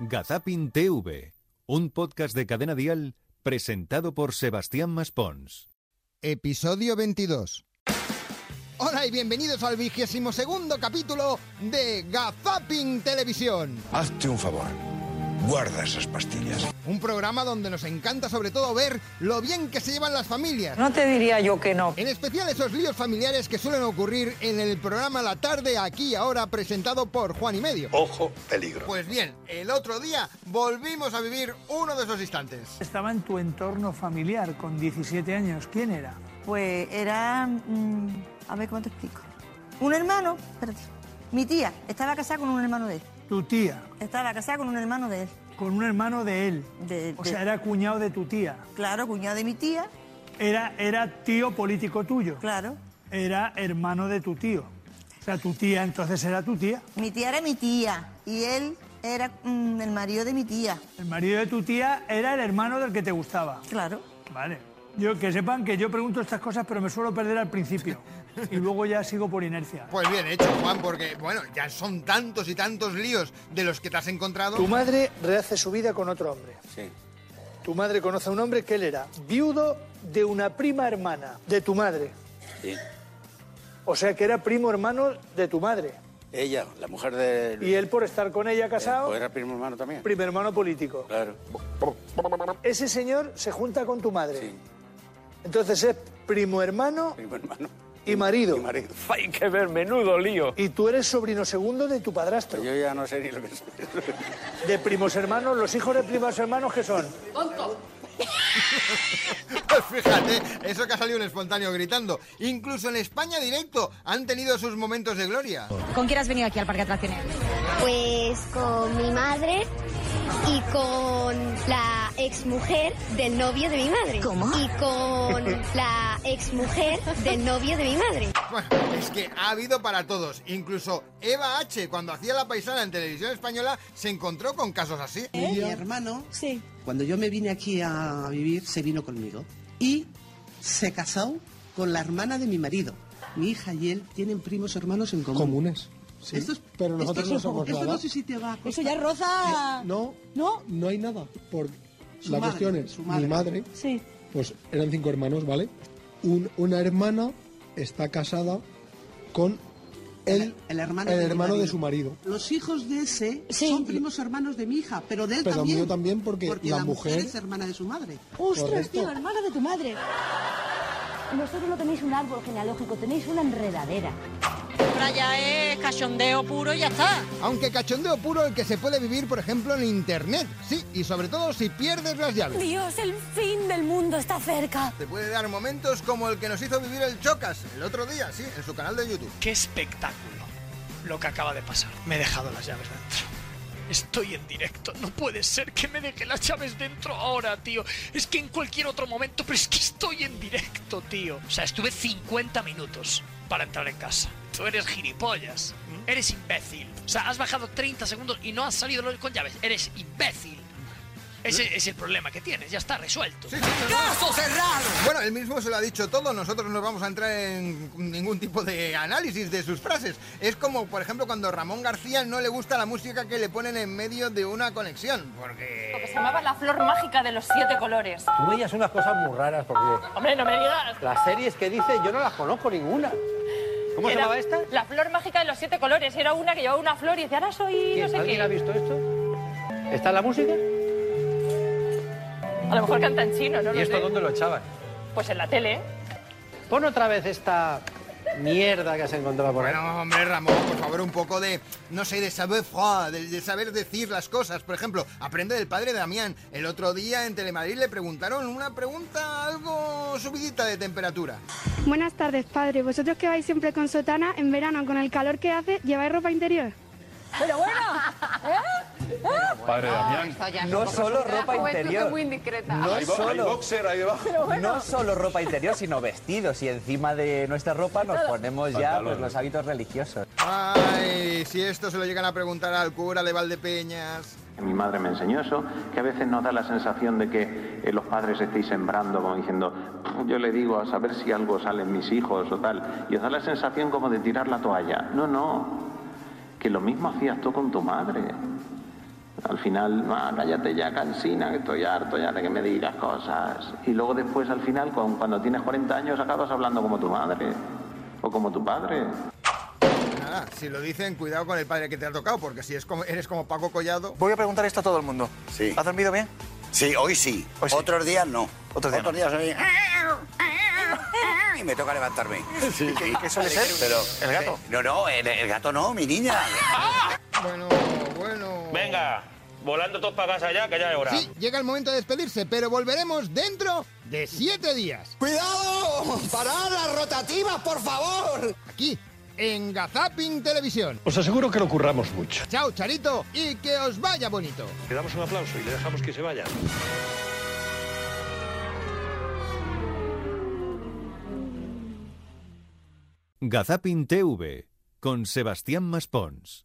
Gazapin TV, un podcast de cadena dial presentado por Sebastián Maspons. Episodio 22. Hola y bienvenidos al vigésimo segundo capítulo de Gazapin Televisión. Hazte un favor. Guarda esas pastillas. Un programa donde nos encanta sobre todo ver lo bien que se llevan las familias. No te diría yo que no. En especial esos líos familiares que suelen ocurrir en el programa La Tarde aquí y ahora presentado por Juan y Medio. Ojo, peligro. Pues bien, el otro día volvimos a vivir uno de esos instantes. Estaba en tu entorno familiar con 17 años. ¿Quién era? Pues era. mm, a ver cómo te explico. Un hermano, espérate. Mi tía estaba casada con un hermano de él. Tu tía, Estaba casada con un hermano de él. con un hermano de él. De- o de- sea, era cuñado de tu tía. Claro, cuñado de mi tía, Era, era tío político tuyo. claro. Era hermano de tu tío. O sea, tu tía entonces era tu tía. Mi tía era mi tía y él era mm, el marido de mi tía, El marido de tu tía era el hermano del que te gustaba. claro. Vale. Yo que sepan que yo pregunto estas cosas, pero me suelo perder al principio. Y luego ya sigo por inercia. Pues bien hecho, Juan, porque bueno, ya son tantos y tantos líos de los que te has encontrado. Tu madre rehace su vida con otro hombre. Sí. Tu madre conoce a un hombre que él era viudo de una prima hermana de tu madre. Sí. O sea que era primo hermano de tu madre. Ella, la mujer del... Y él por estar con ella casado, ¿O Pues era primo hermano también? primer hermano político. Claro. Ese señor se junta con tu madre. Sí. Entonces es primo hermano Primo hermano. y marido. Mi marido. Hay que ver, menudo lío. Y tú eres sobrino segundo de tu padrastro. Yo ya no sé ni lo que soy. De primos hermanos, los hijos de primos hermanos que son. Pues fíjate, eso que ha salido un espontáneo gritando. Incluso en España directo han tenido sus momentos de gloria. ¿Con quién has venido aquí al parque de atracciones? Pues con mi madre y con la exmujer del novio de mi madre. ¿Cómo? Y con la exmujer del novio de mi madre. Bueno, es que ha habido para todos. Incluso Eva H, cuando hacía la paisana en televisión española, se encontró con casos así. Mi hermano, cuando yo me vine aquí a vivir, se vino conmigo. Y se casó con la hermana de mi marido. Mi hija y él tienen primos hermanos en común. Comunes. pero nosotros no somos Esto no sé si te va a costar. roza. No. ¿No? No hay nada. Por... Su la madre, cuestión es, su madre. mi madre, Sí. pues eran cinco hermanos, ¿vale? Un- una hermana está casada con el, el hermano, el de, mi hermano de su marido. Los hijos de ese Sí. son primos hermanos de mi hija, pero de él Pero también. mío también, porque la mujer- es hermana de su madre. Ostras, Correcto. tío, hermana de tu madre. Vosotros no tenéis un árbol genealógico, tenéis una enredadera. Ya es cachondeo puro y ya está. Aunque cachondeo puro el que se puede vivir, por ejemplo, en internet. Sí, y sobre todo si pierdes las llaves. Dios, el fin del mundo está cerca. Te puede dar momentos como el que nos hizo vivir el Chocas el otro día, sí, en su canal de YouTube. Qué espectáculo lo que acaba de pasar. Me he dejado las llaves dentro. Estoy en directo. No puede ser que me deje las llaves dentro ahora, tío. Es que en cualquier otro momento, pero es que estoy en directo, tío. O sea, estuve 50 minutos para entrar en casa. Tú eres gilipollas. ¿Mm? Eres imbécil. O sea, has bajado 30 segundos y no has salido con llaves. Eres imbécil. Ese es el problema que tienes. Ya está resuelto. Sí, sí, sí. Bueno, él mismo se lo ha dicho todo, nosotros no vamos a entrar en ningún tipo de análisis de sus frases. Es como, por ejemplo, cuando Ramón García no le gusta la música que le ponen en medio de una conexión, Pues porque... Se llamaba la flor mágica de los siete colores. Tú veías unas cosas muy raras porque Hombre, no me digas. las series que dice yo no las conozco ninguna. ¿Cómo se Era llamaba esta? La flor mágica de los siete colores. Era una que llevaba una flor y decía, ahora soy no ¿Quién? sé ¿Alguien qué. ha visto esto? ¿Está la música? A lo mejor canta en chino, no ¿Y lo esto sé. dónde lo echaban? Pues en la tele. Pon otra vez esta mierda que has encontrado por ahí. Bueno, hombre, Ramón, por favor, un poco de, no sé, de saber froid, de, de saber decir las cosas. Por ejemplo, aprende del padre de Damián. El otro día en Telemadrid le preguntaron una pregunta algo subidita de temperatura. Buenas tardes, padre. ¿Vosotros que vais siempre con sotana en verano con el calor que hace, lleváis ropa interior? Pero bueno, Padre Damián. No solo ropa interior. No solo, boxer ahí debajo. bueno. no solo ropa interior, sino vestidos. Y encima de nuestra ropa nos ponemos ya pues, los hábitos religiosos. Ay, si esto se lo llegan a preguntar al cura de Valdepeñas. Mi madre me enseñó eso, que a veces nos da la sensación de que eh, los padres estéis sembrando, como diciendo, yo le digo a saber si algo salen mis hijos o tal, y os da la sensación como de tirar la toalla. No, no, que lo mismo hacías tú con tu madre. Al final, "Ah, cállate ya, cansina, que estoy harto ya de que me digas cosas. Y luego después, al final, con- cuando tienes 40 años, acabas hablando como tu madre o como tu padre. Nada, si lo dicen, cuidado con el padre que te ha tocado, porque si es como, eres como Paco Collado... Voy a preguntar esto a todo el mundo. Sí. ¿Has dormido bien? Sí, hoy sí. Otros días no. Otros días no. soy- Y me toca levantarme. Sí, sí. ¿Qué suele ser? Pero, ¿El gato? No, no, el, el gato no, mi niña. Venga, volando todos para casa ya, que ya es hora. Sí, llega el momento de despedirse, pero volveremos dentro de siete días. ¡Cuidado! ¡Parad las rotativas, por favor! Aquí, en Gazapin Televisión. Os aseguro que lo curramos mucho. Chao, Charito, y que os vaya bonito. Le damos un aplauso y le dejamos que se vaya. Gazapin TV con Sebastián Maspons.